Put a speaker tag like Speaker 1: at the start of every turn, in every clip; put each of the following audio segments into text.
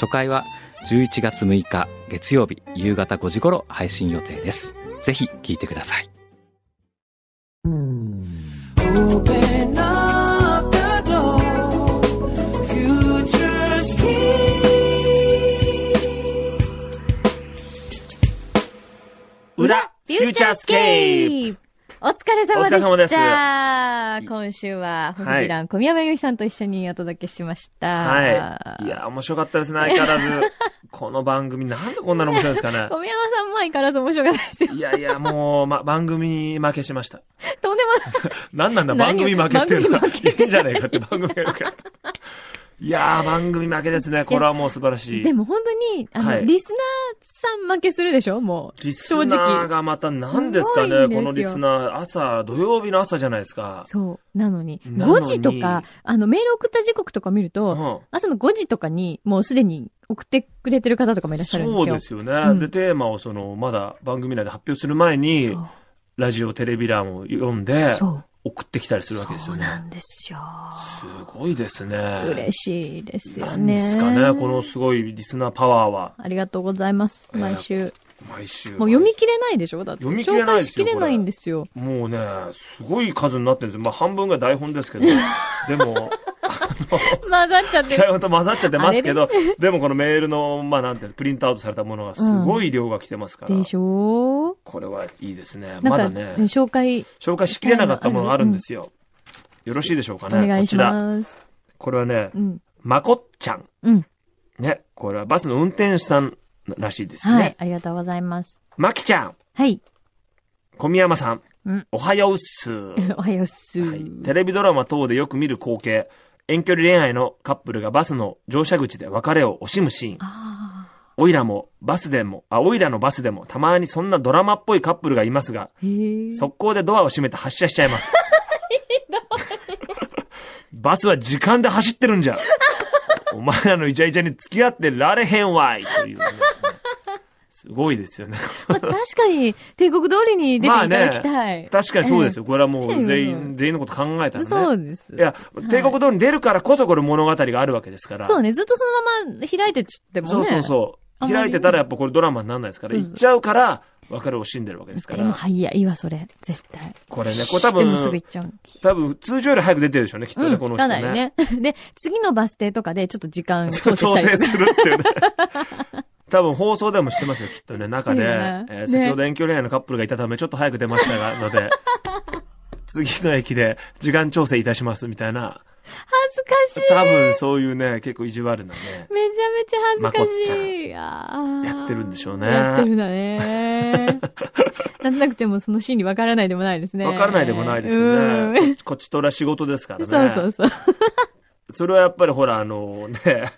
Speaker 1: 初回は11月6日月曜日夕方5時頃配信予定ですぜひ聞いてください
Speaker 2: Open up the door, future's key.
Speaker 3: 裏
Speaker 4: フューチャースケープお疲れ様で
Speaker 3: お疲れ様で
Speaker 4: し
Speaker 3: す
Speaker 4: た。今週は、本気団、小宮山由美さんと一緒にお届けしました。
Speaker 3: はい。いや、面白かったですね、相変わら ず。この番組、なんでこんなの面白いんですかね。
Speaker 4: 小宮山さん前からず面白かった ですよ。
Speaker 3: いやいや、もう、ま、番組に負けしました。
Speaker 4: とんでもな
Speaker 3: な
Speaker 4: い。
Speaker 3: んなんだ、番
Speaker 4: 何
Speaker 3: 組負けっていうのは。
Speaker 4: 番組負け
Speaker 3: いいんじゃないかって、番組やるから。いやー、番組負けですね。これはもう素晴らしい。
Speaker 4: でも本当に、あの、
Speaker 3: はい
Speaker 4: リスナーさん負けするでしょもう。
Speaker 3: リスナーがまた何ですか
Speaker 4: すごい
Speaker 3: ね、
Speaker 4: んですよ
Speaker 3: このリスナー。朝、土曜日の朝じゃないですか。
Speaker 4: そう。なのに。
Speaker 3: なの
Speaker 4: 5
Speaker 3: に
Speaker 4: 時とか、あの、メール送った時刻とか見る
Speaker 3: う
Speaker 4: と、
Speaker 3: ん。
Speaker 4: 朝の5時とかに、もうすでに送ってくれてる方とかもいらっしゃるんです
Speaker 3: そ
Speaker 4: よ。
Speaker 3: うですよね。
Speaker 4: ん
Speaker 3: で、テーマをその、まだ番組内で発表する前に、ラジオ、テレビ欄を読んで、
Speaker 4: そう。
Speaker 3: 送ってきたりするわけです
Speaker 4: そ
Speaker 3: よ
Speaker 4: う
Speaker 3: ね。
Speaker 4: なんですよ。
Speaker 3: すごいですね。
Speaker 4: 嬉
Speaker 3: し
Speaker 4: しいですよ
Speaker 3: なん
Speaker 4: ね。
Speaker 3: ですかね、このすごいリスナーパワーは、
Speaker 4: ありがとうございます。
Speaker 3: えー
Speaker 4: 毎週。
Speaker 3: 毎週。
Speaker 4: もう読み切れないでしょだって。
Speaker 3: 読み切れないで
Speaker 4: 紹介
Speaker 3: すよ
Speaker 4: しきれないんです よ。
Speaker 3: もうね、すごい数になってるんですよ。まあ半分が台本です けど、でも、
Speaker 4: 混ざっちゃってる。
Speaker 3: 台本と混ざっちゃってますけど、でもこのメールの、まあなんていうんですかプリントアウトされたものがすごい量が来てますから、
Speaker 4: でしょ
Speaker 3: これはいいですね。
Speaker 4: うな
Speaker 3: ま
Speaker 4: んか、
Speaker 3: だ
Speaker 4: ね
Speaker 3: ね、
Speaker 4: 紹介
Speaker 3: 紹介しきれなかったものがあるんですよ。よろしいでしょうか
Speaker 4: お
Speaker 3: ね。
Speaker 4: 願いし
Speaker 3: こちら。
Speaker 4: ます。
Speaker 3: これはね
Speaker 4: う、ん。
Speaker 3: まこっちゃん。
Speaker 4: うん。
Speaker 3: ね、これはバスの運転手さんらしいですね。
Speaker 4: はい。ありがとうございます。
Speaker 3: まきちゃん。
Speaker 4: はい。
Speaker 3: 小宮山さん、
Speaker 4: うん
Speaker 3: おはようっす、
Speaker 4: おは ようっす。
Speaker 3: はいテレビドラマ等でよく見る光景遠距離恋愛のカップルがバスの乗車口で別れを惜しむシーン
Speaker 4: あ
Speaker 3: おいらもバスでもあおいらのバスでもたまにそんなドラマっぽいカップルがいますが
Speaker 4: ー。へえ。
Speaker 3: 速攻でドアを閉めて発車しちゃい ますバスは時間で走ってるんじゃお前らのイチャイチャに付き合ってられへんわいというね、すごいですよね
Speaker 4: まあ、確かに、帝国通りに出ていただきたい。
Speaker 3: 確かにそうですよ。これはもう
Speaker 4: 確かに
Speaker 3: 全員、全員のこと考えたらね。
Speaker 4: そうです。
Speaker 3: いや、帝国通りに出るからこそこれ物語があるわけですから。
Speaker 4: そうね。ずっとそのまま開いてっちゃってもね。
Speaker 3: そうそうそう。
Speaker 4: あんまりね
Speaker 3: 開いてたらやっぱこれドラマにならないですから、
Speaker 4: うん
Speaker 3: 行っちゃうから、別れを惜しんでるわけですか
Speaker 4: でも
Speaker 3: ら。
Speaker 4: 早いわ、それ。絶対。
Speaker 3: これね、これ多
Speaker 4: でもすぐ
Speaker 3: 分
Speaker 4: 行、っちゃう。
Speaker 3: 多分通常より早く出てるでしょうね、きっとね、こ
Speaker 4: う
Speaker 3: の
Speaker 4: ん、
Speaker 3: 人
Speaker 4: か
Speaker 3: ね
Speaker 4: な。りね。 で、次のバス停とかでちょっと時間 調
Speaker 3: そう調
Speaker 4: 整したり
Speaker 3: 整
Speaker 4: とか。
Speaker 3: するっていうね。多分放送でもしてますよ、きっとね、中で。
Speaker 4: そうだね
Speaker 3: えー先ほど遠距離恋愛のカップルがいたため、ちょっと早く出ましたが、の で、次の駅で時間調整いたします、みたいな。
Speaker 4: 恥ずかしい。
Speaker 3: 多分そういうね、結構意地悪なね。
Speaker 4: めちゃめちゃ恥ずかしい。
Speaker 3: やってるんでしょうね
Speaker 4: やってるんだ ね。なんとなくてもその心理わからないでもないですね。
Speaker 3: わからないでもないですよね。こっちこっちとら仕事ですから
Speaker 4: うん。
Speaker 3: ね。
Speaker 4: そうそうそう。
Speaker 3: それはやっぱりほら、あのね、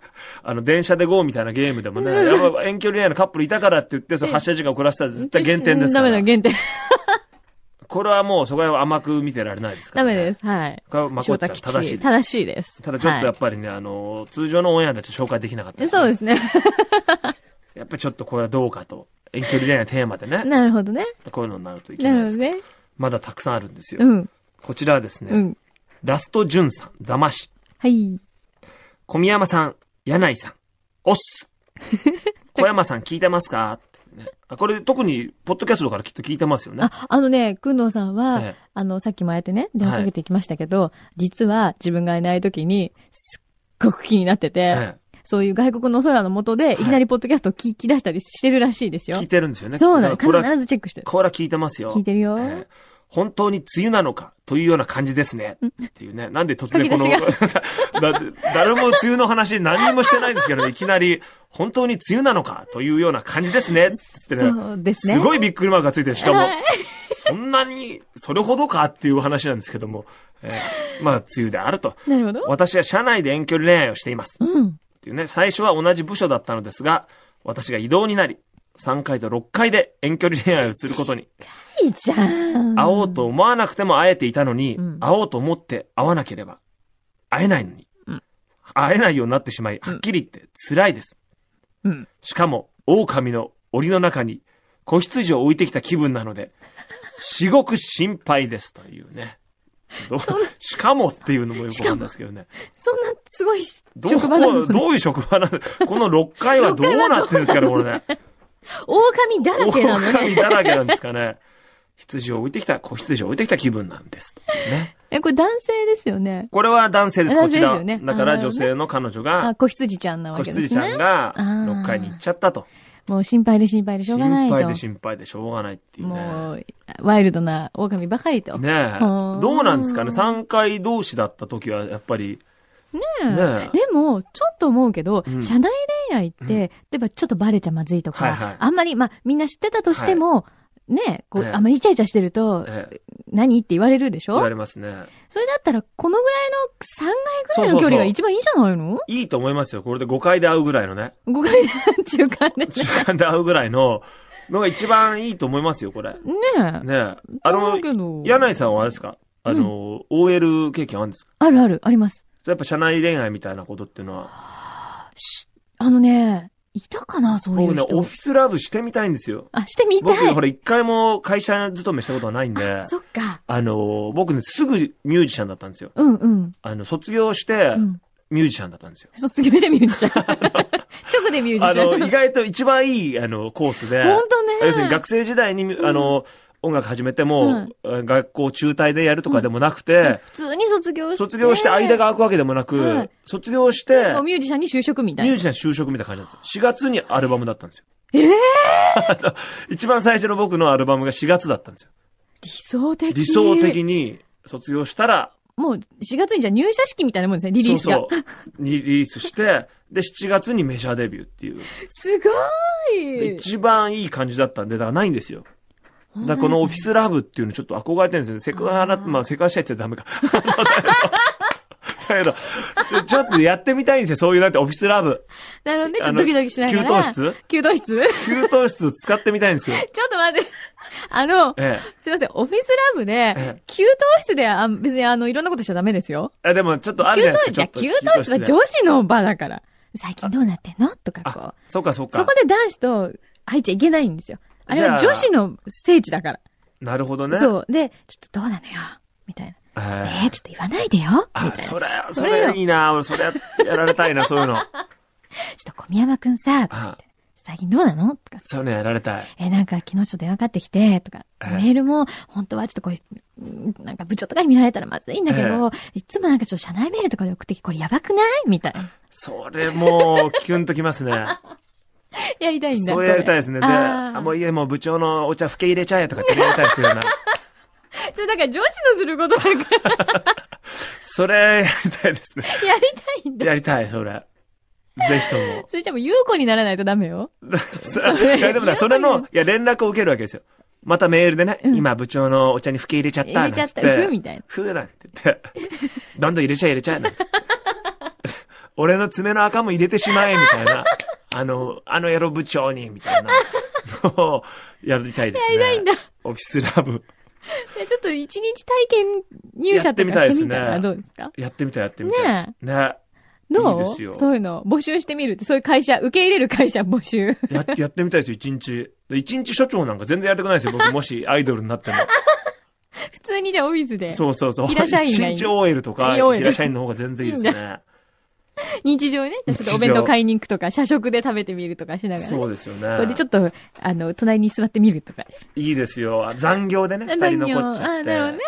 Speaker 3: あの、電車で GO みたいなゲームでもね、やっぱ遠距離恋愛のカップルいたからって言って、その発車時間遅らせたら絶対減点ですか
Speaker 4: ダ
Speaker 3: ら。
Speaker 4: メだ、減点。
Speaker 3: これはもうそこは甘く見てられないですか
Speaker 4: ダ
Speaker 3: ら、ね。。
Speaker 4: メですす。はい。
Speaker 3: これはまこっちゃん
Speaker 4: 翔太
Speaker 3: 正しい
Speaker 4: 吉
Speaker 3: です。
Speaker 4: 正しいです。
Speaker 3: ただちょっとやっ
Speaker 4: ぱ
Speaker 3: ぱりね、あの、通常のオンエアではちょっと紹介できなかった、。
Speaker 4: そうですすね。
Speaker 3: やっぱりちょっとこれはどうかと。遠距離恋愛のテーマでね、
Speaker 4: なるほどね。
Speaker 3: こういうのになるといけ
Speaker 4: な
Speaker 3: ない
Speaker 4: る
Speaker 3: で
Speaker 4: ほ
Speaker 3: す
Speaker 4: ど
Speaker 3: けど。
Speaker 4: ね。
Speaker 3: まだたくさんあるんですよ。
Speaker 4: うん。
Speaker 3: こちらはですね、
Speaker 4: うん。
Speaker 3: ラストジュンさん、座間市。
Speaker 4: はい。
Speaker 3: 小宮山さん、柳井さん、おっ す。小山さん聞いてますか、ねあこれ特に、ポッドキャストからきっと聞いてますよね。
Speaker 4: あ、あのね、くんどうさんは、
Speaker 3: ええ
Speaker 4: あの、さっきもあえてね、電話かけてきましたけど、実は自分がいない時に、すっごく気になってて、
Speaker 3: え
Speaker 4: そういう外国の空の下で、いきなりポッドキャストを聞き出したりしてるらしいです
Speaker 3: え
Speaker 4: よ。
Speaker 3: 聞いてるんですよね。
Speaker 4: そうなの、
Speaker 3: きっとだからこれは、
Speaker 4: 必ずチェックしてる。
Speaker 3: これは聞いてますよ。
Speaker 4: 聞いてるよ。
Speaker 3: ええ本当に梅雨なのかというような感じですね。っていうね。なんで突然この、
Speaker 4: 書き
Speaker 3: だって誰も梅雨の話何にもしてないんです けど、いきなり、本当に梅雨なのかというような感じですね。ってね。
Speaker 4: そうですね。
Speaker 3: すご
Speaker 4: い。
Speaker 3: いびっくりマークがついてる。しかも、そんなに、それほどかっていう話なんですけども、えーまあ、梅雨であると。
Speaker 4: なるほど。
Speaker 3: 私は車内で遠距離恋愛をしています。
Speaker 4: うん。
Speaker 3: っていうね、最初は同じ部署だったのですが、私が異動になり、3回と6回で遠距離恋愛をすることに、
Speaker 4: いいじゃん。
Speaker 3: 会おうと思わなくても会えていたのに、
Speaker 4: うん
Speaker 3: 会おうと思って会わなければ、会えないのに、
Speaker 4: うん
Speaker 3: 会えないようになってしまい、はっきり言って辛いです。
Speaker 4: うん。
Speaker 3: しかも、狼の檻の中に、子羊を置いてきた気分なので、すごく心配ですというね。どうしかもっていうのもよくわかんないですけどね。
Speaker 4: そんなすごい
Speaker 3: ど
Speaker 4: 職場なの
Speaker 3: う、
Speaker 4: に。
Speaker 3: どういう職場なのこの6回はどうなってるんですかね、これね。
Speaker 4: 狼だらけなの
Speaker 3: 狼
Speaker 4: ね。
Speaker 3: だらけなんですかね。羊を置いてきた、子羊を置いてきた気分なんです。ね。
Speaker 4: え、これ男性ですよね。
Speaker 3: これは男性です、こ
Speaker 4: 男性
Speaker 3: ち
Speaker 4: です
Speaker 3: ら。
Speaker 4: よね
Speaker 3: だから女性の彼女
Speaker 4: あ、
Speaker 3: が、
Speaker 4: 子羊ちゃんなわ
Speaker 3: 子
Speaker 4: けで
Speaker 3: 羊
Speaker 4: す
Speaker 3: ちゃ
Speaker 4: ね
Speaker 3: ん。が
Speaker 4: あー
Speaker 3: 6回に行っちゃったと。
Speaker 4: もう心配で心配でしょう
Speaker 3: 心
Speaker 4: がないと。
Speaker 3: 配で心配でしょうがないっていうね。
Speaker 4: もう、ワイルドな狼ばかりと。
Speaker 3: ねえ。
Speaker 4: ほ
Speaker 3: ど
Speaker 4: う
Speaker 3: うなんですかね ?3 回同士だった時は、やっぱり。
Speaker 4: え
Speaker 3: ねえ
Speaker 4: でも、ちょっと思うけど、
Speaker 3: うん
Speaker 4: 社内恋愛っ
Speaker 3: う
Speaker 4: て、
Speaker 3: ん
Speaker 4: 例えばちょっとバレちゃまずいとか、
Speaker 3: はいはい
Speaker 4: あんまり、まあ、みんな知ってたとしても、ねえ、こう、
Speaker 3: ええ
Speaker 4: あんまりイチャイチャしてると、
Speaker 3: ええ
Speaker 4: 何って言われるでし
Speaker 3: 言わ
Speaker 4: ょ
Speaker 3: れますね。
Speaker 4: それだったら、このぐらいの、3回ぐらい
Speaker 3: そうそうそ
Speaker 4: の
Speaker 3: う
Speaker 4: 距離が一番いいんじゃないの
Speaker 3: いいと思いますよ。これで5回で会うぐらいのね。
Speaker 4: ?5 回中間でね。
Speaker 3: 中間で会うぐらいの、のが一番いいと思いますよ、これ。ね
Speaker 4: ねえ。
Speaker 3: え。あの
Speaker 4: だ、けど
Speaker 3: 柳井さんはあれですかあの、OL 経験あるんですか
Speaker 4: あるある、あります。
Speaker 3: やっぱ社内恋愛みたいなことっていうのは、
Speaker 4: しあのね、いたかなそうい
Speaker 3: 僕
Speaker 4: う
Speaker 3: ね、
Speaker 4: 人。
Speaker 3: オフィスラブしてみたいんですよ。
Speaker 4: あ、してみ
Speaker 3: 僕
Speaker 4: た、い
Speaker 3: ほ。ら、一回も会社勤めしたことはないんで、
Speaker 4: あそっか。
Speaker 3: あの、僕ね、すぐミュージシャンだったんですよ。
Speaker 4: うんうん。
Speaker 3: あの、卒業して
Speaker 4: う、ん。
Speaker 3: ミュージシャンだったんですよ。
Speaker 4: 卒業してミュージシャ ン。直でミュージシャン。
Speaker 3: あの、意外と一番いい、あの、コースで、
Speaker 4: 本当ね。
Speaker 3: 要するに学生時代に、
Speaker 4: ん
Speaker 3: あの、音楽始めても、学校中退でやるとかでもなくて、
Speaker 4: 普通に卒業して。
Speaker 3: 卒業して間が空くわけでもなく、
Speaker 4: はい
Speaker 3: 卒業し
Speaker 4: で
Speaker 3: て
Speaker 4: も、うミュージシャンに就職みたい
Speaker 3: ミュー
Speaker 4: な。
Speaker 3: ジシャン就職みたいな感じなんですよ。4月にアルバムだったんですよ。
Speaker 4: ええ
Speaker 3: 一番最初の僕のアルバムが4月だったんですよ。
Speaker 4: 理想的。
Speaker 3: 理想的に卒業したら、
Speaker 4: もう4月にじゃあ入社式みたいなもんですね、リリースが。
Speaker 3: そうそうリリースして、で、7月にメジャーデビューっていう。
Speaker 4: すご
Speaker 3: で
Speaker 4: い
Speaker 3: 一番いい感じだったんで、だからないんですよ。だからこのオフィスラブっていうのちょっと憧れてるんですよね。セクハラ、
Speaker 4: あー
Speaker 3: まあセクハラしちゃってダメか。 だけど、ちょちょっとやってみたいんですよ。そういう、だってオフィスラブ。
Speaker 4: なるほどね、ちょ
Speaker 3: あ
Speaker 4: っと
Speaker 3: の
Speaker 4: ドキドキしなが
Speaker 3: 給
Speaker 4: ら。
Speaker 3: 湯室
Speaker 4: 給湯室
Speaker 3: 給湯室使ってみたいんですよ。
Speaker 4: ちょっと待って。 あの、
Speaker 3: ええ。
Speaker 4: すいません、オフィスラブ
Speaker 3: え
Speaker 4: で
Speaker 3: え、
Speaker 4: 給湯室で、あ別にあの、いろんなことしちゃダメですよ。
Speaker 3: あでもちょっとある
Speaker 4: 給
Speaker 3: じ
Speaker 4: 湯
Speaker 3: ゃないです
Speaker 4: 室、じゃ
Speaker 3: か。
Speaker 4: あ給湯室は
Speaker 3: ちょっと
Speaker 4: 女子の場だから。最近どうなってんのとかこ
Speaker 3: あ、そうかそう
Speaker 4: う。そ
Speaker 3: か
Speaker 4: こ。で男子と入っちゃいけないんですよ。あれは
Speaker 3: じゃあ
Speaker 4: 女子の聖地だから。
Speaker 3: なるほどね。
Speaker 4: そう。で、ちょっとどうなのよみたい
Speaker 3: え
Speaker 4: な。
Speaker 3: ー
Speaker 4: えー、ちょっと言わないでよみ
Speaker 3: あ、
Speaker 4: たいな。ちょ
Speaker 3: それ、
Speaker 4: そ
Speaker 3: そ
Speaker 4: れよ
Speaker 3: れいいな。俺、それや やられたいな、そういうの。
Speaker 4: っと小宮山くんさ、
Speaker 3: あ
Speaker 4: 最近どうなのとか。
Speaker 3: そういうのやられたい。
Speaker 4: えー、なんか昨日ちょっと電話かかってきて、とか。
Speaker 3: ええ
Speaker 4: メールも、本当はちょっとこういう、なんか部長とかに見られたらまずいんだけど、いつもなんかちょっと社内メールとかで送ってきて、これやばくないみたいな。
Speaker 3: それもう、キュンときますね。
Speaker 4: やりた いんだ。
Speaker 3: そうやりたいですね。で、
Speaker 4: あー
Speaker 3: あもういいや、もう部長のお茶、ふけ入れちゃえとかってやりたいですよな。
Speaker 4: それだから女子のすることだから、
Speaker 3: それ、やりたいです ね。
Speaker 4: やりたいんだ。
Speaker 3: やりたい、それ。ぜひとも。
Speaker 4: それじゃもう優子にならないとダメよ。れ
Speaker 3: いや、でもね、それ の、いや、連絡を受けるわけですよ。またメールでね、
Speaker 4: うん
Speaker 3: 今部長のお茶にふけ入れちゃった。
Speaker 4: 入れちゃった。う
Speaker 3: なんつ
Speaker 4: ふ
Speaker 3: て
Speaker 4: みたいな。
Speaker 3: ふーなんて言って、 どんどん入れちゃえ入れちゃえなんて 俺の爪の赤も入れてしまえみたいな、あの、あのエロ部長に、みたいな のをやりたいですね。
Speaker 4: やりたいんだ。
Speaker 3: オフィスラブ。
Speaker 4: でちょっと一日体験入社とかしてみた
Speaker 3: や
Speaker 4: ら
Speaker 3: ってみたいですね
Speaker 4: どうですか
Speaker 3: やってみたい、やってみたい。ね
Speaker 4: どう
Speaker 3: いいですよ
Speaker 4: そういうの募集してみるって、そういう会社、受け入れる会社募集。
Speaker 3: や、 やってみたいですよ、一日。で一日所長なんか全然やりたくないですよ、僕、もしアイドルになっても。
Speaker 4: 普通にじゃあオフィスで、
Speaker 3: そうそうそう。
Speaker 4: 平社員がいい
Speaker 3: 一日 OL とか、
Speaker 4: OL
Speaker 3: 平社員の方が全然いいですね。
Speaker 4: 日常ね、ちょっとお弁当買いに行くとか、社食で食べてみるとかしながらね、
Speaker 3: そうですよ
Speaker 4: これ
Speaker 3: ね
Speaker 4: で。ちょっと、あの、隣に座ってみるとか。
Speaker 3: いいですよ。あ残業でね、二人残っちゃ
Speaker 4: あ、
Speaker 3: っ
Speaker 4: なる
Speaker 3: て。
Speaker 4: ほどね。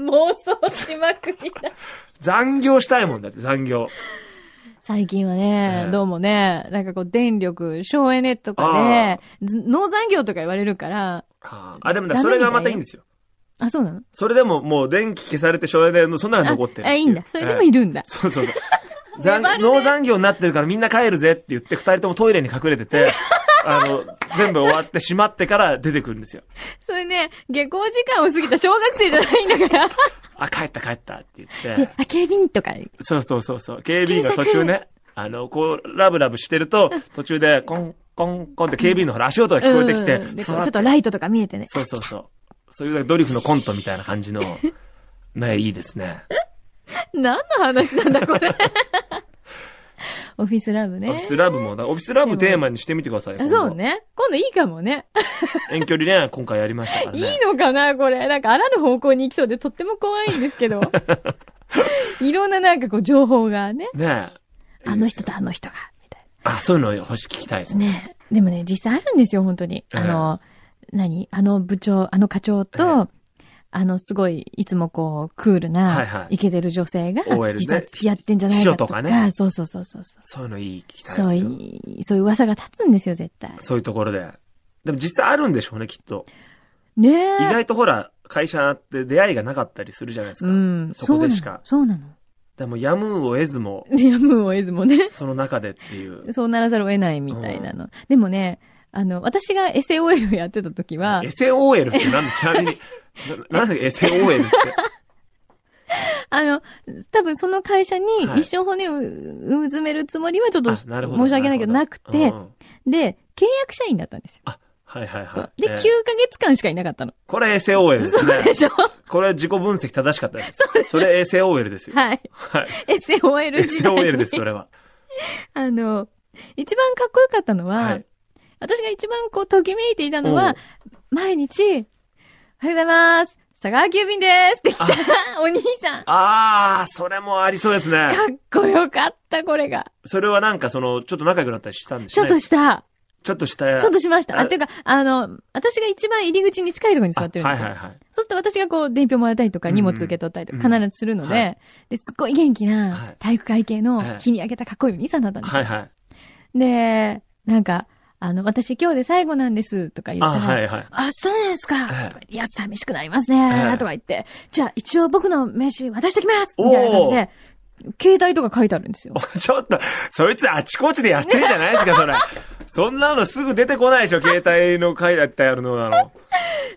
Speaker 4: 妄想しまくりだ。
Speaker 3: 残業したいもんだって、残業。
Speaker 4: 最近はね
Speaker 3: え、え
Speaker 4: どうもね、なんかこう、電力、省エネと
Speaker 3: あ
Speaker 4: かで、ず農産業とか言われるから、
Speaker 3: あーあ、でもねそれがまたいいんですよ。
Speaker 4: あ、そうなの
Speaker 3: それでももう電気消されて省エネのそんなのが残ってるって
Speaker 4: あ、
Speaker 3: う
Speaker 4: あいいんだ。それでもい
Speaker 3: る。
Speaker 4: るんだ。
Speaker 3: そうそうそう。残
Speaker 4: 粘るね
Speaker 3: 農残業になってるからみんな帰るぜって言って二人ともトイレに隠れて て、あの、全部終わってしまってから出てくるんですよ。
Speaker 4: それね、下校時間を過ぎた小学生じゃないんだから。
Speaker 3: あ、帰った帰ったって言っ
Speaker 4: で
Speaker 3: て。、
Speaker 4: あ、警備員とか、
Speaker 3: そうそうそうそう。警備員が途中ね。あの、こう、ラブラブしてると、途中で、コン、コン、コンって警備員のほら足音が聞こえてきて、
Speaker 4: うんで
Speaker 3: ふ
Speaker 4: こ
Speaker 3: わ
Speaker 4: う
Speaker 3: っ
Speaker 4: ちょっとライトとか見えてね。
Speaker 3: そうそうそう。そういうドリフのコントみたいな感 じの、ね、いいですね。
Speaker 4: 何の話なんだこれ。オフィスラブ
Speaker 3: オフィ
Speaker 4: ね。
Speaker 3: スラブも、だオフィスラブテーマにしてみてください。
Speaker 4: あ
Speaker 3: 今度
Speaker 4: そう。ね。今度いいかもね。
Speaker 3: 遠距離恋愛今回やりましたから
Speaker 4: いい
Speaker 3: ね。
Speaker 4: のかなこれ。なんかあらぬ方向に行きそうでとっても怖いんですけ ど。いろんななんかこう情報がね。
Speaker 3: ねえ
Speaker 4: あの人
Speaker 3: いいですよ
Speaker 4: とあの人が。みたい
Speaker 3: あ、そういうの欲しい聞きたいです
Speaker 4: な
Speaker 3: ね。
Speaker 4: ねえでもね、実際あるんですよ、本当に。
Speaker 3: ええ
Speaker 4: あの、何あの部長、あの課長と、あの、すごい、いつもこう、クール
Speaker 3: はい
Speaker 4: な
Speaker 3: は、い
Speaker 4: イケてる女性が、
Speaker 3: OL ね
Speaker 4: 実は付き合ってんじゃないかとか。
Speaker 3: 秘書とかね
Speaker 4: そうそうそうそうそう。
Speaker 3: そういうのいい聞きたいです
Speaker 4: そう
Speaker 3: よ。
Speaker 4: い、そういう噂が立つんですよ、絶対。
Speaker 3: そういうところで。でも実際あるんでしょうね、きっと。
Speaker 4: ね
Speaker 3: 意
Speaker 4: え。
Speaker 3: 外とほら、会社って出会いがなかったりするじゃないです
Speaker 4: う
Speaker 3: か。
Speaker 4: ん。
Speaker 3: そこでしか。
Speaker 4: そうなの。
Speaker 3: でも、やむを得ずも、
Speaker 4: そうなの やむを得ずもね。
Speaker 3: その中でっていう。
Speaker 4: そうならざるを得ないみたいなの。でもね、あの、私が SOL やってた時は、
Speaker 3: SOL ってなんで、ちなみ に、ななんで SOL って。
Speaker 4: あの、多分その会社に
Speaker 3: はい
Speaker 4: 一生骨をうずめるつもりはちょっと
Speaker 3: あ
Speaker 4: 申し
Speaker 3: なるほど
Speaker 4: 訳ないけどなくて
Speaker 3: う、ん
Speaker 4: で、契約社員だったんですよ。
Speaker 3: はいはい
Speaker 4: そ
Speaker 3: は
Speaker 4: う。
Speaker 3: い。
Speaker 4: で、9
Speaker 3: え
Speaker 4: ヶ
Speaker 3: ー
Speaker 4: 月間しかいなかったの。
Speaker 3: これ SOL です
Speaker 4: そう
Speaker 3: ね
Speaker 4: で。しょ
Speaker 3: これは自己分析正しかったです。それ SOL ですよ。
Speaker 4: はい。
Speaker 3: はい。
Speaker 4: SOL 時代に。
Speaker 3: SOL です、それは。
Speaker 4: あの、一番かっこよかったのは、
Speaker 3: はい。
Speaker 4: 私が一番こう、ときめいていたの
Speaker 3: おう
Speaker 4: は、毎日、おはようございます。佐川急便ですって来た お兄さん。か
Speaker 3: あー、それもありそうです ね。
Speaker 4: っこよかった、これが。
Speaker 3: それはなんかその、ちょっと仲良くなったりしたんです
Speaker 4: ちょ
Speaker 3: ね。
Speaker 4: っとした。
Speaker 3: ちょっとした。
Speaker 4: ちょっとしました。
Speaker 3: あ
Speaker 4: あ、ていうか、あの、私が一番入り口に近いところに座ってるんですよ。
Speaker 3: あはいはいはい。
Speaker 4: そうすると私がこう、伝票もらったりとか、
Speaker 3: うん
Speaker 4: 荷物受け取ったりとか、
Speaker 3: うん
Speaker 4: 必ずするので、
Speaker 3: はい
Speaker 4: ですっごい元気
Speaker 3: はい
Speaker 4: な体育会系
Speaker 3: は
Speaker 4: の
Speaker 3: い
Speaker 4: 日に焼けたかっこいいお兄さんだったんですよ。
Speaker 3: はいはい。
Speaker 4: で、なんか、あの、私今日で最後なんですとか言
Speaker 3: あ
Speaker 4: ったら、
Speaker 3: はいはい。
Speaker 4: あ、そうなんですか、
Speaker 3: ええ
Speaker 4: とか言っていや、寂しくなります
Speaker 3: ええ
Speaker 4: ねとか言って、じゃあ一応僕の名刺渡してきますみたいな感じで、携帯とか書いてあるんですよ。
Speaker 3: ちょっと、そい つあちこちでやってんじゃないですか、それ。 そんなのすぐ出てこないでしょ、携帯の回だってやるのなの。
Speaker 4: あ、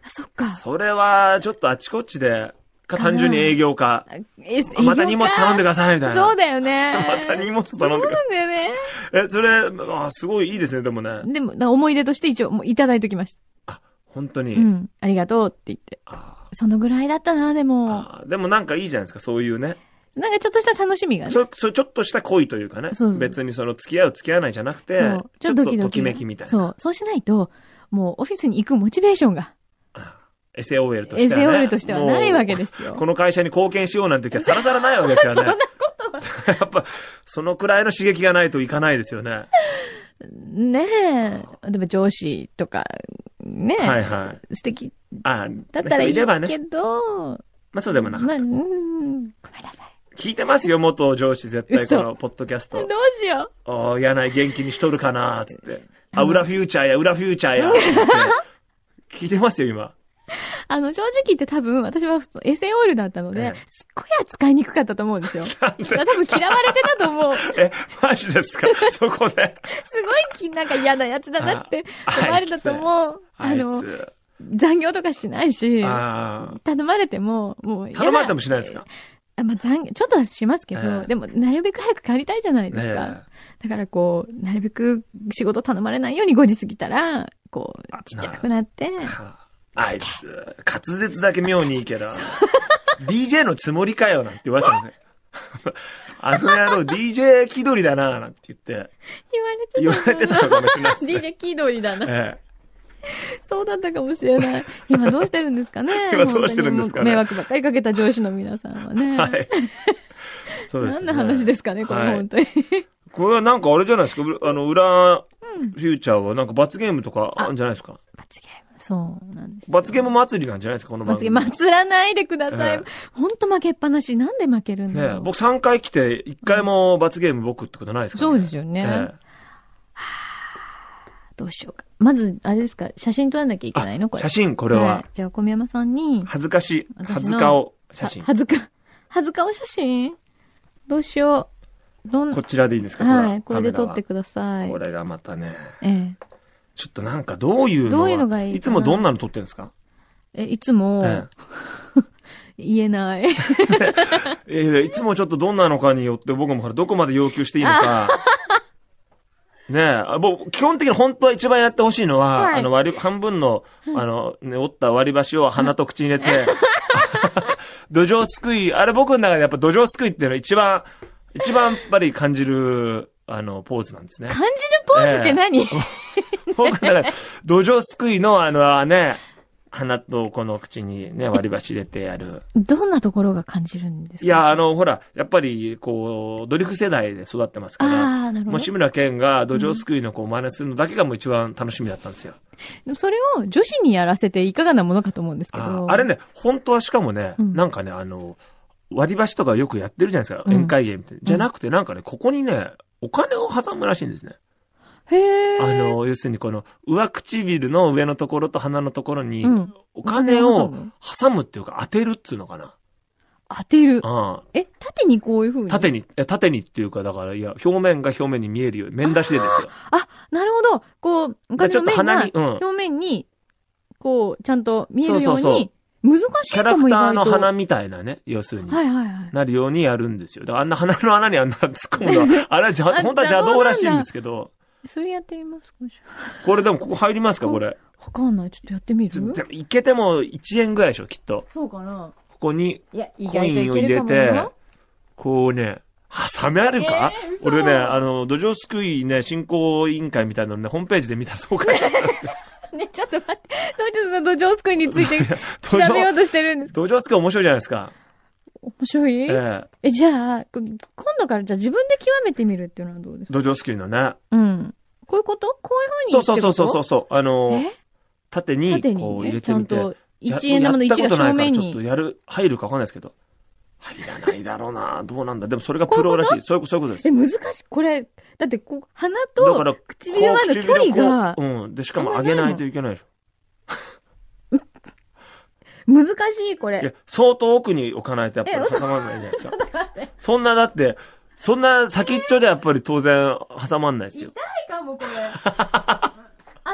Speaker 4: そっか。
Speaker 3: それは、ちょっとあちこちで、か単純に営業か。
Speaker 4: え、
Speaker 3: また荷物頼んでください、みたいな。。
Speaker 4: そうだよね
Speaker 3: また荷物頼んでく
Speaker 4: そう
Speaker 3: だ
Speaker 4: なんだよね。
Speaker 3: さい。え、それ、あすごいいいですね、でもね。
Speaker 4: でも、だから思い出として一応、もういただいときまし
Speaker 3: 本当に。
Speaker 4: た。うん。ありがとうって言って。
Speaker 3: あ
Speaker 4: そのぐらいだったな、でも。
Speaker 3: あでもなんかいいじゃないですか、そういうね。
Speaker 4: なんかちょっとした楽しみがね。
Speaker 3: そそちょっとした恋というかね。
Speaker 4: そうそう
Speaker 3: 別にその付き合う付き合わないじゃなくて、
Speaker 4: そう。
Speaker 3: ちょっとときめきみたいな。
Speaker 4: そう。そうしないと、もうオフィスに行くモチベーションが、
Speaker 3: SOL としては、ね。
Speaker 4: SOL としてはないわけ
Speaker 3: す。
Speaker 4: ですよ。
Speaker 3: この会社に貢献しようなんて気はさらさらないわけ ですよね。そんなこと は。やっぱ、そのくらいの刺激がないといかないですよね。
Speaker 4: ねえ。でも上司とか、ねえ。
Speaker 3: はいはい。
Speaker 4: 素敵
Speaker 3: あ
Speaker 4: だったらいい
Speaker 3: 人ればね
Speaker 4: け。ど、
Speaker 3: まあそうでもなかっ
Speaker 4: まあ、うん、ごめんなさい。
Speaker 3: た。聞いてますよ、元上司絶対こ
Speaker 4: 嘘
Speaker 3: のポッドキャス
Speaker 4: どう
Speaker 3: ト。
Speaker 4: しよ
Speaker 3: おー、やない元気にしとるかなーつって。あ、
Speaker 4: あの
Speaker 3: 裏フューチャーや、裏フューチャー や。つって聞いてますよ、今。
Speaker 4: う。あの、正直言って多分、私は普通 SOL だったの
Speaker 3: え
Speaker 4: で
Speaker 3: え、
Speaker 4: すっごい扱いにくかったと思うんですよ。だから多分嫌われてたと思う。
Speaker 3: え、マジですか そこで。
Speaker 4: すごいき、なんか嫌なやつだなって
Speaker 3: あ
Speaker 4: 思われたと思う。あ
Speaker 3: あい
Speaker 4: の、
Speaker 3: つ。
Speaker 4: 残業とかしないし、
Speaker 3: あ
Speaker 4: 頼まれても、もう
Speaker 3: ー
Speaker 4: 嫌だ
Speaker 3: 頼まれてもしないですか
Speaker 4: あまあ、残業、ちょっとはしますけど、
Speaker 3: ええ
Speaker 4: でも、なるべく早く帰りたいじゃないで
Speaker 3: ね
Speaker 4: す
Speaker 3: え。
Speaker 4: か。だからこう、なるべく仕事頼まれないように5時過ぎたら、こう、ちっちゃくなって、
Speaker 3: あいつ、滑舌だけ妙にいい けど、DJ のつもりかよなんて言われたんですよ。 あの野郎 DJ 気取りだななんて言って、
Speaker 4: 言
Speaker 3: 言わ
Speaker 4: わ
Speaker 3: れ
Speaker 4: れ
Speaker 3: て
Speaker 4: て
Speaker 3: た
Speaker 4: た
Speaker 3: のかもしれないですね。
Speaker 4: DJ 気取りだな。
Speaker 3: え
Speaker 4: そうだったかもしれない。今どうしてるんですかね
Speaker 3: 今どうしてるんですかね
Speaker 4: 本当にもう迷惑ばっかりかけた上司の皆さんは
Speaker 3: え
Speaker 4: ね。
Speaker 3: はい。そうです、
Speaker 4: 何の話ですすかね、これ、
Speaker 3: はい
Speaker 4: 本当に。
Speaker 3: これはなんかあれじゃないですか、あの、裏、フューチャーはなんか罰ゲームとかあるんじゃないですか。
Speaker 4: 罰ゲーム。そうなんですよ。
Speaker 3: 罰ゲーム祭りなんじゃないですか、この番
Speaker 4: 罰ゲ
Speaker 3: 組。
Speaker 4: ーム、祭らないでくださ
Speaker 3: え
Speaker 4: い。ほんと負けっぱなし。なんで負けるんだ
Speaker 3: ね
Speaker 4: ろ
Speaker 3: え
Speaker 4: う。
Speaker 3: 僕3回来て1回も罰ゲーム僕ってことないですか、
Speaker 4: そうですよね。
Speaker 3: え
Speaker 4: どうしようか。まず、あれですか、写真撮らなきゃい
Speaker 3: え
Speaker 4: けないのこ
Speaker 3: あ
Speaker 4: れ。
Speaker 3: 写真、これは。
Speaker 4: い。じゃあ、小宮山さんに、
Speaker 3: 恥ずかしい。
Speaker 4: 私の
Speaker 3: 恥ずかを写真
Speaker 4: は。恥ずか、恥ずかお写真どうしよう。どん
Speaker 3: こちらでいいんですか
Speaker 4: はい、これで撮
Speaker 3: 撮
Speaker 4: ってください
Speaker 3: こ。れがまたね、
Speaker 4: え
Speaker 3: ちょっとなんかどういうのは
Speaker 4: どういうのがいいかない
Speaker 3: つもどんなの撮ってるんですか
Speaker 4: え。え、いつも、
Speaker 3: え
Speaker 4: 言えない。
Speaker 3: えーいつもちょっとどんなのかによって僕もほらどこまで要求していいの か。ねえ、あもう基本的に本当は一番やってほしいのは、
Speaker 4: はい
Speaker 3: あの割り、半分の、あの、ね、折った割り箸を鼻と口に入れ て、土壌すくい、あれ僕の中でやっぱ土壌すくいっていうのは一番、一番やっぱり感じる、あの、ポーズなんですね。
Speaker 4: 感じるポーズって何、
Speaker 3: 僕の中で、土壌すくいのあの、ね、鼻とこの口にね、割り箸入れてやる。
Speaker 4: どんなところが感じるんですか
Speaker 3: いや、あ、の、ほら、やっぱり、こう、ドリフ世代で育ってますから、
Speaker 4: ああー、なる
Speaker 3: もう
Speaker 4: ほど。
Speaker 3: 志村けんが土壌すくいのこう真似するのだけがもう一番楽しみだったんですよ。
Speaker 4: でもそれを女子にやらせていかがなものかと思うんですけ
Speaker 3: あ
Speaker 4: ど。
Speaker 3: ーあれね、本当はしかもね、
Speaker 4: うん
Speaker 3: なんかね、あの、割り箸とかよくやってるじゃないですか、
Speaker 4: うん
Speaker 3: 宴会芸みたいな。じゃなくて、なんかね、ここにね、お金を挟むらしいんですね。
Speaker 4: へえ。
Speaker 3: あ、の、要するにこの上唇の上のところと鼻のところに
Speaker 4: うん、
Speaker 3: お金
Speaker 4: お
Speaker 3: を
Speaker 4: 金を
Speaker 3: 挟むっていうか当てるっていうのかな。
Speaker 4: 当てる。
Speaker 3: うん
Speaker 4: え、縦にこういう風に
Speaker 3: 縦に、え縦にっていうか、だから、いや、表面が表面に見えるように、面出しでですよ。
Speaker 4: あ、なるほど。こう、お
Speaker 3: だから
Speaker 4: 金
Speaker 3: ちょっ
Speaker 4: の
Speaker 3: と
Speaker 4: 面
Speaker 3: 鼻
Speaker 4: が
Speaker 3: に、うん。
Speaker 4: 表面に、こう、ちゃんと見えるよう
Speaker 3: そうそう
Speaker 4: に、難しい
Speaker 3: キャラ
Speaker 4: か
Speaker 3: ク
Speaker 4: も意
Speaker 3: ター
Speaker 4: 外
Speaker 3: の
Speaker 4: と。
Speaker 3: 鼻みたいなね、要するに。
Speaker 4: はいはいはい。
Speaker 3: なるようにやるんですよ。だからあんな鼻の穴にあんな突っ込む のは、あれはじゃ、
Speaker 4: あ
Speaker 3: 本当は邪道らしいんですけど、
Speaker 4: それやってみますか
Speaker 3: これでもここ入りますか、これ。
Speaker 4: わかんない。ちょっとやってみ
Speaker 3: ちょ
Speaker 4: る
Speaker 3: でもいけても1円ぐらいでしょ、きっと。
Speaker 4: そうかな。
Speaker 3: ここに、
Speaker 4: いや、意
Speaker 3: コ
Speaker 4: 外と
Speaker 3: イン
Speaker 4: い
Speaker 3: を
Speaker 4: け
Speaker 3: 入れ
Speaker 4: るかもな
Speaker 3: て、こうね、挟めあるか、
Speaker 4: えー嘘
Speaker 3: 俺ね、あの、土壌すくいね、進行委員会みたいなのね、ホームページで見たらそう書いてあったんですよ。
Speaker 4: ね、ちょっと待って。どうしてその土壌すくいについて
Speaker 3: 土壌
Speaker 4: 調べようとしてるんですか
Speaker 3: 土壌すくい面白いじゃないですか。
Speaker 4: 面白い
Speaker 3: ええ
Speaker 4: え、じゃあ、こ今度からじゃあ自分で極めてみるっていうのはどうですか
Speaker 3: 土壌すくいのね。
Speaker 4: うん。こういうことこういうふう
Speaker 3: そ
Speaker 4: に
Speaker 3: うそうそうそうそう。あの、
Speaker 4: え
Speaker 3: 縦
Speaker 4: え
Speaker 3: に
Speaker 4: 縦
Speaker 3: こ
Speaker 4: に
Speaker 3: う入れ
Speaker 4: ね、ち
Speaker 3: て
Speaker 4: ゃ
Speaker 3: み
Speaker 4: ん
Speaker 3: て。
Speaker 4: と
Speaker 3: や
Speaker 4: 1円玉の
Speaker 3: やった
Speaker 4: 1
Speaker 3: こ
Speaker 4: が
Speaker 3: とないか
Speaker 4: 正
Speaker 3: ら
Speaker 4: 面
Speaker 3: ちょっと
Speaker 4: に。
Speaker 3: やる、入るかわかんないですけど。入らないだろうな。どうなんだ。でもそれがプロらしい。そういうことそういうことです
Speaker 4: え、。難しい。これ、だってこう、鼻
Speaker 3: だから
Speaker 4: と唇までの距離が
Speaker 3: こううん。で、しかも上げないといけないでしょ。
Speaker 4: 難しい、こ
Speaker 3: いや
Speaker 4: れ。、
Speaker 3: 相当奥に置かないとやっぱり
Speaker 4: え嘘
Speaker 3: 挟まんないじゃない ですか。そんな、だって、そんな先っちょでやっぱり当然挟まんないですよ。
Speaker 4: い かも、これ。あ、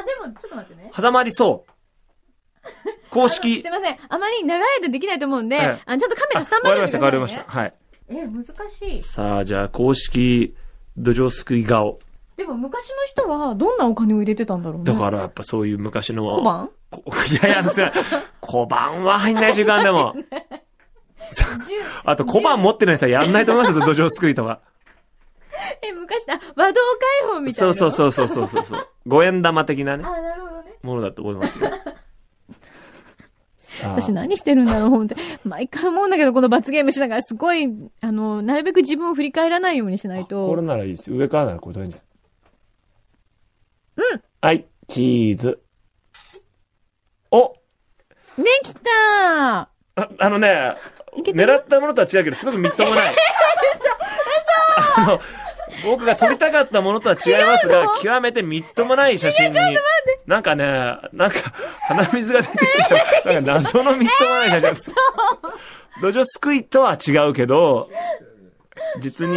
Speaker 4: でも、ちょっと待ってね。
Speaker 3: 挟まりそう。公式
Speaker 4: すい。ません。あまり長い間できないと思うんで、
Speaker 3: ええ
Speaker 4: あちゃんとカメ
Speaker 3: あ
Speaker 4: ラスタ
Speaker 3: わ
Speaker 4: ンバイ
Speaker 3: かり
Speaker 4: で
Speaker 3: ま
Speaker 4: し
Speaker 3: してた、
Speaker 4: く
Speaker 3: わかり
Speaker 4: ださい、
Speaker 3: ま
Speaker 4: ね。
Speaker 3: した。はい。
Speaker 4: え、難しい。
Speaker 3: さあ、じゃあ公式土壌すくい顔。
Speaker 4: でも昔の人はどんなお金を入れてたんだろうね。
Speaker 3: だからやっぱそういう昔の。
Speaker 4: 小判
Speaker 3: こいやいや、それ小判は入んない時間でも。
Speaker 4: 十
Speaker 3: あと小判持ってない人はやんないと思いますよ、土壌すくいとか。
Speaker 4: え、昔だ、和道開放みたい
Speaker 3: そ
Speaker 4: な。
Speaker 3: うそうそうそうそうそうそう。五円玉的なね、
Speaker 4: あ、なるほどね。
Speaker 3: ものだと思います よ。さあ
Speaker 4: 私何してるんだろう、本当に毎回思うんだけど、この罰ゲームしながら、すごい、あの、なるべく自分を振り返らないようにしない
Speaker 3: これ
Speaker 4: と。
Speaker 3: ならいいです。上からならこれ取れんじゃん。うん。はい、チーズ。お
Speaker 4: できた
Speaker 3: ああのね、
Speaker 4: いけてる
Speaker 3: 狙ったものとは違うけど、すごくみっとも ない。あの、僕が撮りたかったものとは違います
Speaker 4: 違う
Speaker 3: が
Speaker 4: の、
Speaker 3: 極めてみっともない写真に。なんかね、なんか、鼻水が出てきた。なんか謎のみっともない写真。土壌すくいとは違うけど、実に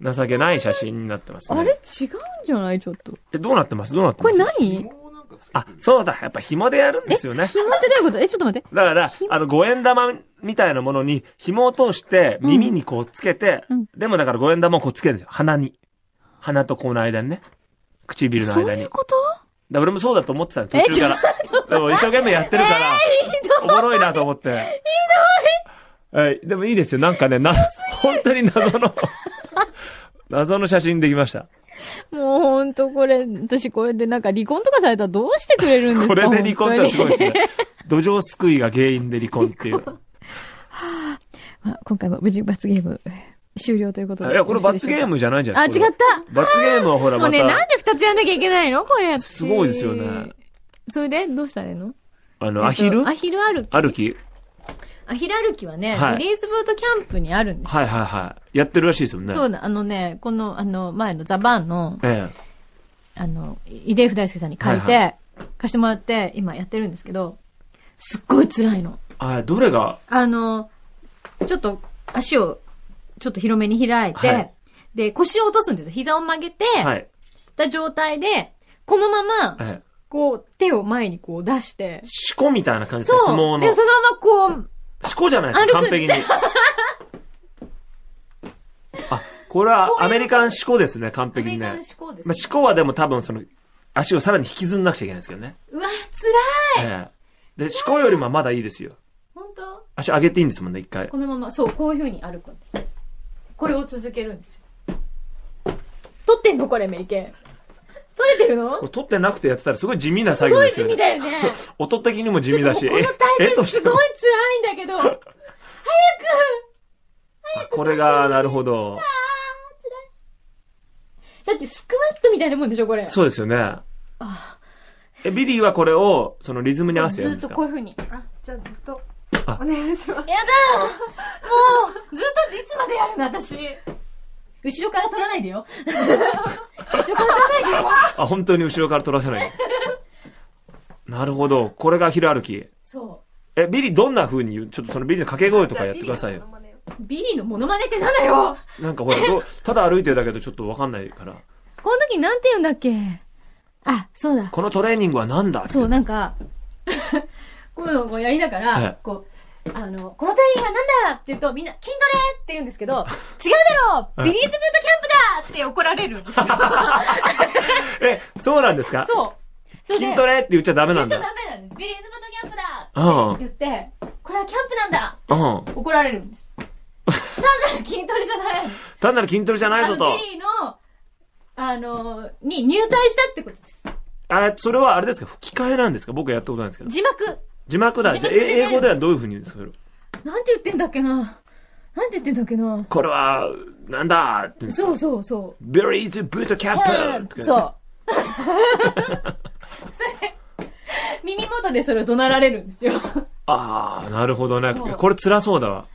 Speaker 3: 情けない写真になってますね。
Speaker 4: あれ違うんじゃないちょっと。
Speaker 3: えどうなってますどうなって
Speaker 4: こ
Speaker 3: ます
Speaker 4: れ何紐っ
Speaker 3: あ、そうだ。やっぱ紐でやるんですよね。
Speaker 4: てどういうことえ、ちょっと待って。
Speaker 3: だから、あの、五円玉みたいなものに紐を通して耳にこうつけて、
Speaker 4: うん
Speaker 3: でもだから五円玉をこうつけるんですよ。鼻に。鼻とこの間にね。唇の
Speaker 4: そう
Speaker 3: 間
Speaker 4: い
Speaker 3: に。
Speaker 4: う
Speaker 3: だか
Speaker 4: こと
Speaker 3: ら俺もそうだと思ってたの途中から。でも一生懸命やってるから、おもろいなと思って。ひどいはい、でもいいですよ。なんかね、な、本当に謎 の、謎の写真できました。
Speaker 4: もうほんとこれ、私これでなんか離婚とかされたらどうしてくれるんです
Speaker 3: こ
Speaker 4: か
Speaker 3: れで離婚ってのはすごいです
Speaker 4: 本当に
Speaker 3: ね。土壌すくいが原因で離婚っていう。
Speaker 4: ま あ今回は無事罰ゲーム終了ということで。
Speaker 3: いや、これ罰ゲームじゃないんじゃな
Speaker 4: あ、違
Speaker 3: い
Speaker 4: っ
Speaker 3: ですか。
Speaker 4: た
Speaker 3: 罰ゲームはほら
Speaker 4: もう
Speaker 3: ま
Speaker 4: ね、な
Speaker 3: た
Speaker 4: ん、で二つやんなきゃいけないのこれ。
Speaker 3: すごいですよね。
Speaker 4: それで、どうしたらいいの
Speaker 3: あ
Speaker 4: えっ
Speaker 3: の、
Speaker 4: と
Speaker 3: アヒル
Speaker 4: アヒル歩き。
Speaker 3: 歩き
Speaker 4: アヒル歩きはね、
Speaker 3: はい
Speaker 4: レイズブートキャンプにあるんですよ。
Speaker 3: はいはいはい。やってるらしいですよね。
Speaker 4: そうだ、あのね、この、あの、前のザバーンの、
Speaker 3: え
Speaker 4: あの、イデーフ大輔さんに借りて、
Speaker 3: はい
Speaker 4: 貸してもらって、今やってるんですけど、すっごい辛いの。
Speaker 3: え。あ、どれが、
Speaker 4: あの、ちょっと足をちょっと広めに開いて、
Speaker 3: はい
Speaker 4: で、腰を落とすんですよ。膝を曲げて、
Speaker 3: はい。
Speaker 4: た状態で、このまま、
Speaker 3: ええ
Speaker 4: こう、手を前にこう出して、
Speaker 3: 四股みたいな感じですね、
Speaker 4: そ
Speaker 3: 相撲
Speaker 4: う。で、
Speaker 3: の
Speaker 4: そ。のままこう、
Speaker 3: 思考じゃないです
Speaker 4: 歩く
Speaker 3: 完璧に。あ、これはアメリカン思考ですね、完
Speaker 4: アメ
Speaker 3: 璧に
Speaker 4: リカの
Speaker 3: ね
Speaker 4: 思。考です、
Speaker 3: まあ、思考はでも多分その、足をさらに引きずんなくちゃいけないんですけどね。
Speaker 4: うわ、辛い、
Speaker 3: ええで、思考よりもまだいいですよ。
Speaker 4: 本当
Speaker 3: 足上げていいんですもんね、一回。
Speaker 4: このまま、そう、こういう風に歩くんですよ。これを続けるんですよ。撮ってんのこれ、メリケン。撮れてる
Speaker 3: こ
Speaker 4: の
Speaker 3: れ取ってなくてやってたらすごい地味な
Speaker 4: す
Speaker 3: 作業
Speaker 4: ご
Speaker 3: で
Speaker 4: い
Speaker 3: す
Speaker 4: 地
Speaker 3: よね。
Speaker 4: 味だよね。
Speaker 3: 音的にも地味だし、
Speaker 4: ちょっともうこの体
Speaker 3: と
Speaker 4: 勢
Speaker 3: し
Speaker 4: す
Speaker 3: て
Speaker 4: ご
Speaker 3: も
Speaker 4: い。辛いんだけど。早く
Speaker 3: あこれが、なるほど。
Speaker 4: だってスクワットみたいなもんでしょ、これ。
Speaker 3: そうですよね。
Speaker 4: あ
Speaker 3: え、ビリーはこれを、そのリズムに合わせてや
Speaker 4: ず
Speaker 3: るん
Speaker 4: っ
Speaker 3: です
Speaker 4: と
Speaker 3: か
Speaker 4: こういう風に。
Speaker 5: あ、じゃあずっと
Speaker 3: あ。
Speaker 5: お願いします。
Speaker 4: やだもう、ずっといつまでやるの、私。後ろから取らないでよ。 後ろから取らないでよ。
Speaker 3: あ、本当に後ろから撮らせない。なるほど。これが昼歩き。
Speaker 4: そ
Speaker 3: え、ビリーどんな風に言うちょっとそのビリーの掛け声とかやってください
Speaker 5: じゃ
Speaker 3: よ。
Speaker 5: あビリのモノマネを
Speaker 4: う。ビリーのモノマネってなんだよ
Speaker 3: なんかほら、どうただ歩いてるだけだとちょっとわかんないから。
Speaker 4: この時なんて言うんだっけあ、そうだ。
Speaker 3: このトレーニングはなんだって
Speaker 4: そう、なんか、こういうのをこうやりながら、
Speaker 3: はい
Speaker 4: こう、あの、この店員はなんだって言うと、みんな、筋トレって言うんですけど、違うだろ
Speaker 3: は
Speaker 4: ビ
Speaker 3: い
Speaker 4: リーズブートキャンプだって怒られる んですよ。
Speaker 3: え、そうなんですか
Speaker 4: そう。それで
Speaker 3: 筋トレって言っちゃダメ
Speaker 4: 言
Speaker 3: な
Speaker 4: っ
Speaker 3: ん
Speaker 4: ちゃダ
Speaker 3: だ。
Speaker 4: メなんです。ビリーズブートキャンプだ
Speaker 3: うん。うん
Speaker 4: 言って、これはキャンプなんだ。
Speaker 3: 単
Speaker 4: 怒られるんです。単なる筋トレじゃない。
Speaker 3: なる筋トレじゃないぞ
Speaker 4: あ
Speaker 3: と
Speaker 4: の。ビリーの、あの、に入隊したってことです。
Speaker 3: あ、それはあれですか吹き替えなんですか僕やったことないんですけど。
Speaker 4: 字幕。
Speaker 3: 字幕だ。
Speaker 4: 字
Speaker 3: じゃあ、
Speaker 4: 幕
Speaker 3: え
Speaker 4: で出る
Speaker 3: 英語ではどういう風に言うんですかそれ
Speaker 4: なんて言ってんだっけな。なんて言ってんだっけな。
Speaker 3: これは、なんだって言うんですか
Speaker 4: そうそうそう。
Speaker 3: ベリーズブートキャンプ
Speaker 4: そう。それ、耳元でそれを怒鳴られるんですよ。こ
Speaker 3: ああ、なるほどね
Speaker 4: そう。
Speaker 3: これ辛そうだわ。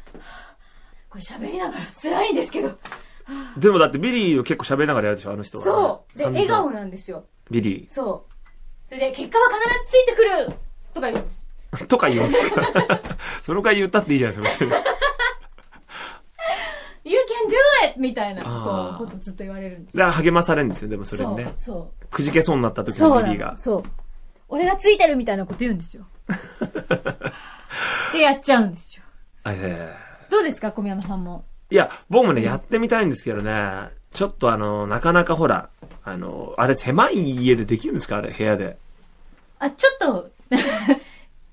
Speaker 4: れ喋りながら辛いんですけど。
Speaker 3: でもだってビリーを結構喋りながらやるでしょ、あの人は。
Speaker 4: そう。で、
Speaker 3: サンド
Speaker 4: 笑
Speaker 3: さん
Speaker 4: 顔。なんですよ。
Speaker 3: ビリ
Speaker 4: そう。それで、結果は必ずついてくるとか言うんです。
Speaker 3: ー。 とか言うんですか その回言ったっていいじゃないですか、別に
Speaker 4: You can do it! みたいな
Speaker 3: あー
Speaker 4: こうことずっと言われるんです
Speaker 3: で励まされるんですよ、でもそれ
Speaker 4: そ
Speaker 3: に
Speaker 4: う
Speaker 3: ね。。
Speaker 4: そ
Speaker 3: くじけそうになった
Speaker 4: う。
Speaker 3: 時
Speaker 4: そ
Speaker 3: の
Speaker 4: う
Speaker 3: ビ
Speaker 4: な
Speaker 3: リーが
Speaker 4: の。。そう。俺がついてるみたいなこと言う んですよ。で、やっちゃうんですよ。
Speaker 3: え
Speaker 4: どうですか、小宮山さんも。
Speaker 3: ーいや、僕もね、やってみたいんですけどね。ちょっとあの、なかなかほら、あの、あれ狭い家でできるんですかあれ、部屋で。
Speaker 4: あ、ちょっと、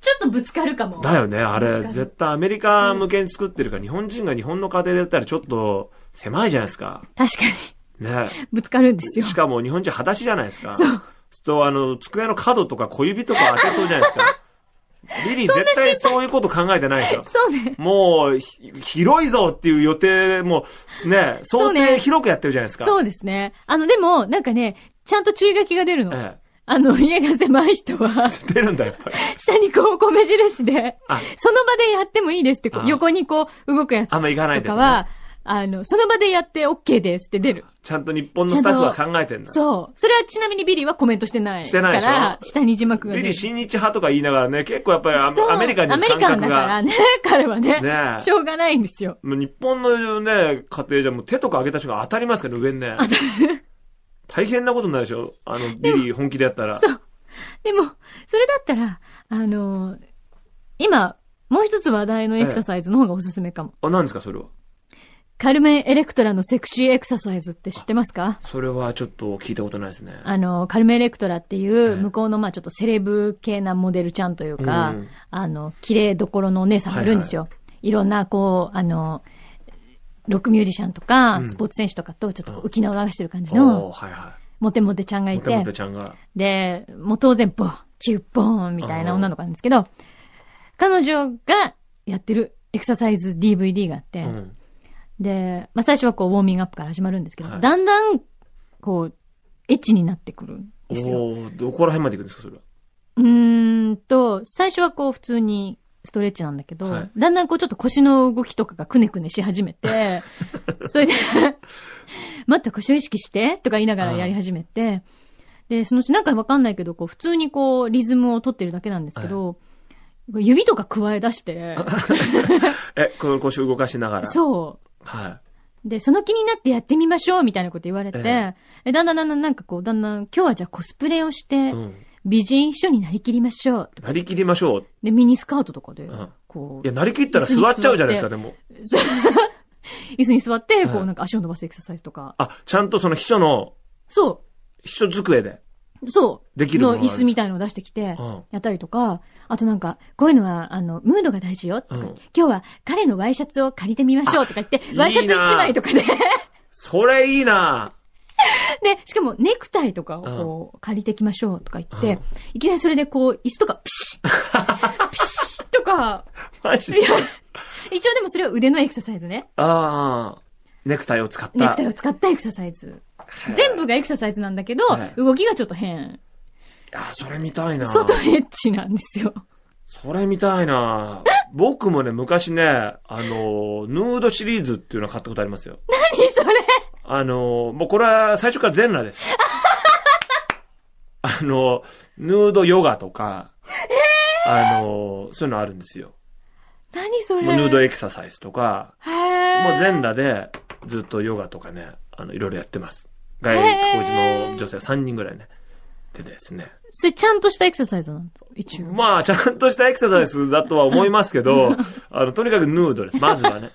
Speaker 4: ちょっとぶつかるかも。
Speaker 3: だよね、あれ、
Speaker 4: ぶつかる
Speaker 3: 絶対アメリカ向けに作ってるから、日本人が日本の家庭でやったらちょっと狭いじゃないですか。
Speaker 4: 確かに。
Speaker 3: ね。
Speaker 4: ぶつかるんですよ。
Speaker 3: しかも日本人裸足じゃないですか。
Speaker 4: そう。
Speaker 3: すると、あの、机の角とか小指とか当てそうじゃないですか。リリー絶対そういうこと考えてないですよ。
Speaker 4: そうね。
Speaker 3: もう、ひ広いぞっていう予定も、ね、
Speaker 4: そ
Speaker 3: 想
Speaker 4: うね
Speaker 3: 定広くやってるじゃないですか。
Speaker 4: そうですね。あの、でも、なんかね、ちゃんと注意書きが出るの。
Speaker 3: え
Speaker 4: あの、家が狭い人 は、
Speaker 3: え、出るんだ、やっぱり。
Speaker 4: 下にこう、米印で
Speaker 3: あ、
Speaker 4: その場でやってもいいですって、こう
Speaker 3: あ
Speaker 4: 横にこう、動くやつ
Speaker 3: あ
Speaker 4: と
Speaker 3: んま行かないでね
Speaker 4: かは、あの、その場でやって OK ですって出る。
Speaker 3: ちゃんと日本のスタッフは考えてんだ。
Speaker 4: そう。それはちなみにビリーはコメントしてない。
Speaker 3: してないで
Speaker 4: か
Speaker 3: しょ
Speaker 4: ら、下に字幕が出
Speaker 3: ビ
Speaker 4: る。
Speaker 3: リー親日派とか言いながらね、結構やっぱり
Speaker 4: そう
Speaker 3: アアメリカに
Speaker 4: アメリ
Speaker 3: 感
Speaker 4: カンだ
Speaker 3: 覚
Speaker 4: から
Speaker 3: が。
Speaker 4: ね、彼はね。
Speaker 3: ねえ
Speaker 4: しょうがないんですよ。
Speaker 3: もう日本のね、家庭じゃもう手とか上げた瞬間当たりますから、上にね。大変なことになるでしょあの、ビリー本気でやったら。
Speaker 4: そう。でも、それだったら、あのー今、もう一つ話題のエクササイズの方がおすすめかも。
Speaker 3: あ、何ですか、それは。
Speaker 4: カルメン・エレクトラのセクシーエクササイズって知ってますか
Speaker 3: それはちょっと聞いたことないですね。
Speaker 4: あのー、カルメン・エレクトラっていう、
Speaker 3: え
Speaker 4: 向こうのまあちょっとセレブ系なモデルちゃんというか、
Speaker 3: うん
Speaker 4: あの、綺麗どころのお姉さんがいるんですよ。いろんな、こう、あのー、ロックミュージシャンとか、
Speaker 3: うん
Speaker 4: スポーツ選手とかと、ちょっとこう浮き名を流してる感じ
Speaker 3: お
Speaker 4: の、
Speaker 3: ーはいは
Speaker 4: モテモテちゃんが
Speaker 3: い。
Speaker 4: い
Speaker 3: モテモ
Speaker 4: て
Speaker 3: テ、ちゃんが。
Speaker 4: で、もう当然、ボン、キュッボーンみたいな女の子なんですけど、彼女がやってるエクササイズ DVD があって、
Speaker 3: うん。
Speaker 4: で、まあ最初はこうウォーミングアップから始まるんですけど、
Speaker 3: はい
Speaker 4: だんだん、こう、エッチになってくるん
Speaker 3: お
Speaker 4: ですよ。
Speaker 3: ーどこら辺まで行くんですか、それは。
Speaker 4: うーんと、最初はこう普通にストレッチなんだけど、
Speaker 3: はい
Speaker 4: だんだんこうちょっと腰の動きとかがくねくねし始 めて、それで、もっと腰を意識してとか言いながらやり始めて、で、そのうちなんかわかんないけど、こう普通にこうリズムを取ってるだけなんですけど、指とか加え 出して、
Speaker 3: え、この腰を動かしながら。う。
Speaker 4: そう、
Speaker 3: は
Speaker 4: で、その気になってやってみましょうみたいなこと言われて、
Speaker 3: え
Speaker 4: えだんだんだんだんなんかこう、だんだん今日はじゃあコスプレをして、
Speaker 3: い。うん。
Speaker 4: 美人秘書になりきりましょう。
Speaker 3: なりきりましょう。
Speaker 4: で、ミニスカートとかで
Speaker 3: うん、
Speaker 4: こ
Speaker 3: いや、なりきったら座っちゃうじゃないですか、でも。
Speaker 4: う、そう 椅子に座って、こ
Speaker 3: は
Speaker 4: う
Speaker 3: い
Speaker 4: なんか足を伸ばすエクササイズとか。
Speaker 3: あ、ちゃんとその秘書の、
Speaker 4: そ
Speaker 3: 秘書机で。
Speaker 4: う、そう。
Speaker 3: できるもの
Speaker 4: の
Speaker 3: がある
Speaker 4: 椅子みたいのを出してきて
Speaker 3: う、ん。
Speaker 4: やったりとか、あとなんか、こういうのは、あの、ムードが大事よ、とか、
Speaker 3: うん
Speaker 4: 今日は彼のワイシャツを借りてみましょう、とか言って
Speaker 3: い、いな
Speaker 4: ワイシャツ1枚とかで、
Speaker 3: それいいな
Speaker 4: で、しかもネクタイとかをこう、借りてきましょうとか言って、
Speaker 3: うん
Speaker 4: いきなりそれでこう、椅子とかピシ ッピシッとか、
Speaker 3: マジで。
Speaker 4: 一応でもそれは腕のエクササイズね。
Speaker 3: ああ。ネクタイを使った。
Speaker 4: ネクタイを使ったエクササイズ。全部がエクササイズなんだけど、
Speaker 3: はい
Speaker 4: 動きがちょっと変。
Speaker 3: あ、それ見たいな
Speaker 4: 外エッチなんですよ。
Speaker 3: それ見たいな僕もね、昔ね、あの、ヌードシリーズっていうのを買ったことありますよ。
Speaker 4: 何それ
Speaker 3: あの、もうこれは最初から全裸 です。あの、ヌードヨガとか、あの、そういうのあるんですよ。
Speaker 4: 何それ
Speaker 3: もうヌードエクササイズとか、
Speaker 4: へ
Speaker 3: もう全
Speaker 4: ー。
Speaker 3: 裸でずっとヨガとかね、あの、いろいろやってます。外国人の女性3人ぐらいね。でですね。
Speaker 4: それちゃんとしたエクササイズなんですか一応。
Speaker 3: まあ、ちゃんとしたエクササイズだとは思いますけ ど、あの、とにかくヌードです。まずはね。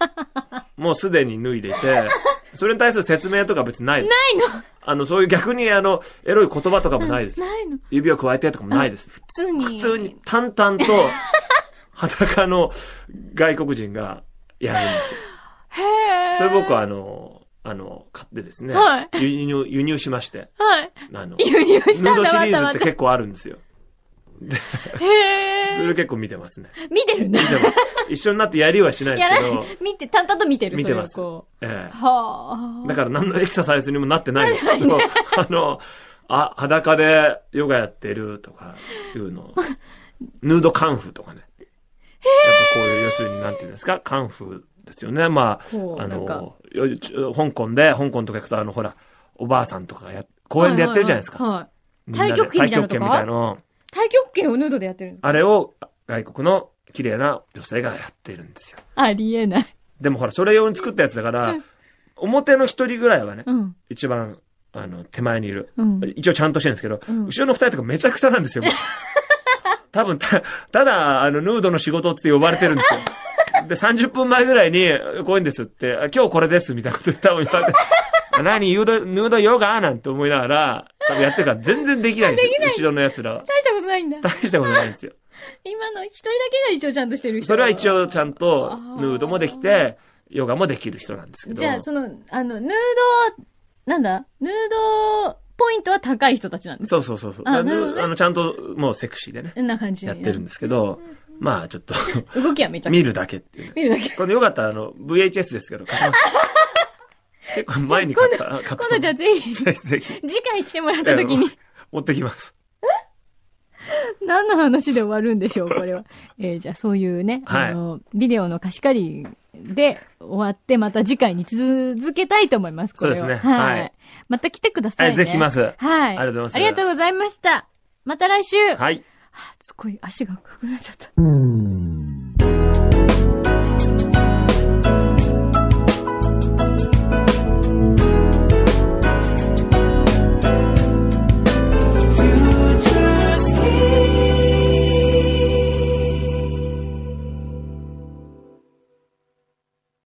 Speaker 3: もうすでに脱いでいて、それに対する説明とか別にないです。
Speaker 4: ない
Speaker 3: あの、そういう逆にあの、エロい言葉とかも
Speaker 4: の
Speaker 3: ないです。
Speaker 4: ないの。
Speaker 3: 指を加えてとかもないです。
Speaker 4: 普通に。
Speaker 3: 普通に淡々と裸の外国人がやるんですよ。
Speaker 4: へー。
Speaker 3: それ僕はあの、あの、買ってですね、
Speaker 4: はい
Speaker 3: 輸入、輸入しまして、
Speaker 4: はい。
Speaker 3: あの、ヌ
Speaker 4: 輸入した
Speaker 3: ー
Speaker 4: ん
Speaker 3: ド
Speaker 4: だ、
Speaker 3: シリ
Speaker 4: わ
Speaker 3: ー
Speaker 4: ざわ
Speaker 3: ズって
Speaker 4: ざ。
Speaker 3: 結構あるんですよ。そ
Speaker 4: へ
Speaker 3: れ
Speaker 4: ー。
Speaker 3: 結構見てますね。
Speaker 4: 見てるんだ。
Speaker 3: でも、一緒になってやりはしないです
Speaker 4: やら
Speaker 3: け
Speaker 4: な
Speaker 3: ど
Speaker 4: い、。見て、淡々と見てる。
Speaker 3: 見てます
Speaker 4: それをこ
Speaker 3: え
Speaker 4: う。は
Speaker 3: え。
Speaker 4: あ。
Speaker 3: だから何のエクササイズにもなってないですけど、あの、あ、裸でヨガやってるとかいう の、ヌードカンフーとかね。やっぱこういう、要するになんていうんですか、カンフーですよね。ま
Speaker 4: こう
Speaker 3: あ、あ
Speaker 4: なんか
Speaker 3: の、よちょ香港で、香港とか行くと、あの、ほら、おばあさんとかがや、公園でやってるじゃないです
Speaker 4: は
Speaker 3: か。
Speaker 4: ははい。
Speaker 3: みんなで
Speaker 4: 太極拳みたいな
Speaker 3: 太極
Speaker 4: とか
Speaker 3: 拳みたいな。
Speaker 4: 太極拳をヌードでやってるの
Speaker 3: あれを外国の綺麗な女性がやってるんですよ。
Speaker 4: ありえない。
Speaker 3: でもほら、それ用に作ったやつだから、表の一人ぐらいはね、
Speaker 4: うん。
Speaker 3: 一番、あの、手前にいる。
Speaker 4: うん。
Speaker 3: 一応ちゃんとしてるんですけど、
Speaker 4: うん
Speaker 3: 後ろの二人とかめちゃくちゃなん ですよ。もう多分た、ただ、あの、ヌードの仕事って呼ばれてるんですよ。 で、30分前ぐらいに、こういうんですって、あ今日これです、みたいなこと 多分言われて、何、ヌード、ヌードヨガなんて思いながら、多分やってるから全然できないんですよ。後ろの奴らは。
Speaker 4: 大したことないんだ。
Speaker 3: 大したことないん ですよ。
Speaker 4: 今の一人だけが一応ちゃんとしてる人。
Speaker 3: それは一。応ちゃんと
Speaker 4: あ、ー
Speaker 3: ヌードもできて、ヨガもできる人なんですけど。
Speaker 4: じゃあ、その、あの、ヌード、なんだヌードポイントは高い人たちなんです
Speaker 3: そうそうそうそう。
Speaker 4: あ
Speaker 3: あ
Speaker 4: なるほどね
Speaker 3: のあの、ちゃんと、もうセクシーでね、
Speaker 4: こんな感じ
Speaker 3: やってるんですけど、まあ、ちょっと、
Speaker 4: 動きはめちゃく ち
Speaker 3: 見
Speaker 4: ゃ。
Speaker 3: るだけっていう、ね。
Speaker 4: 見るだけ。
Speaker 3: このよかったら、あの、VHS ですけど、貸し ます。結構前に買った、買った。
Speaker 4: 今度じゃあぜひ、
Speaker 3: ぜひぜひ、
Speaker 4: 次回来てもらった時に、
Speaker 3: 持ってきます。
Speaker 4: 何の話で終わるんでしょう、これは。 えーじゃあそういうね、
Speaker 3: はい
Speaker 4: あの、ビデオの貸し借りで終わって、また次回に続けたいと思います、これは
Speaker 3: そうですね
Speaker 4: はい。
Speaker 3: はい
Speaker 4: また来てください、
Speaker 3: は
Speaker 4: ね。
Speaker 3: い、ぜひ来ます。
Speaker 4: はい。
Speaker 3: ありがとうございます
Speaker 4: ありがとうございました。また来週。
Speaker 3: はい。
Speaker 4: すごい足が赤くなっちゃった。
Speaker 5: うん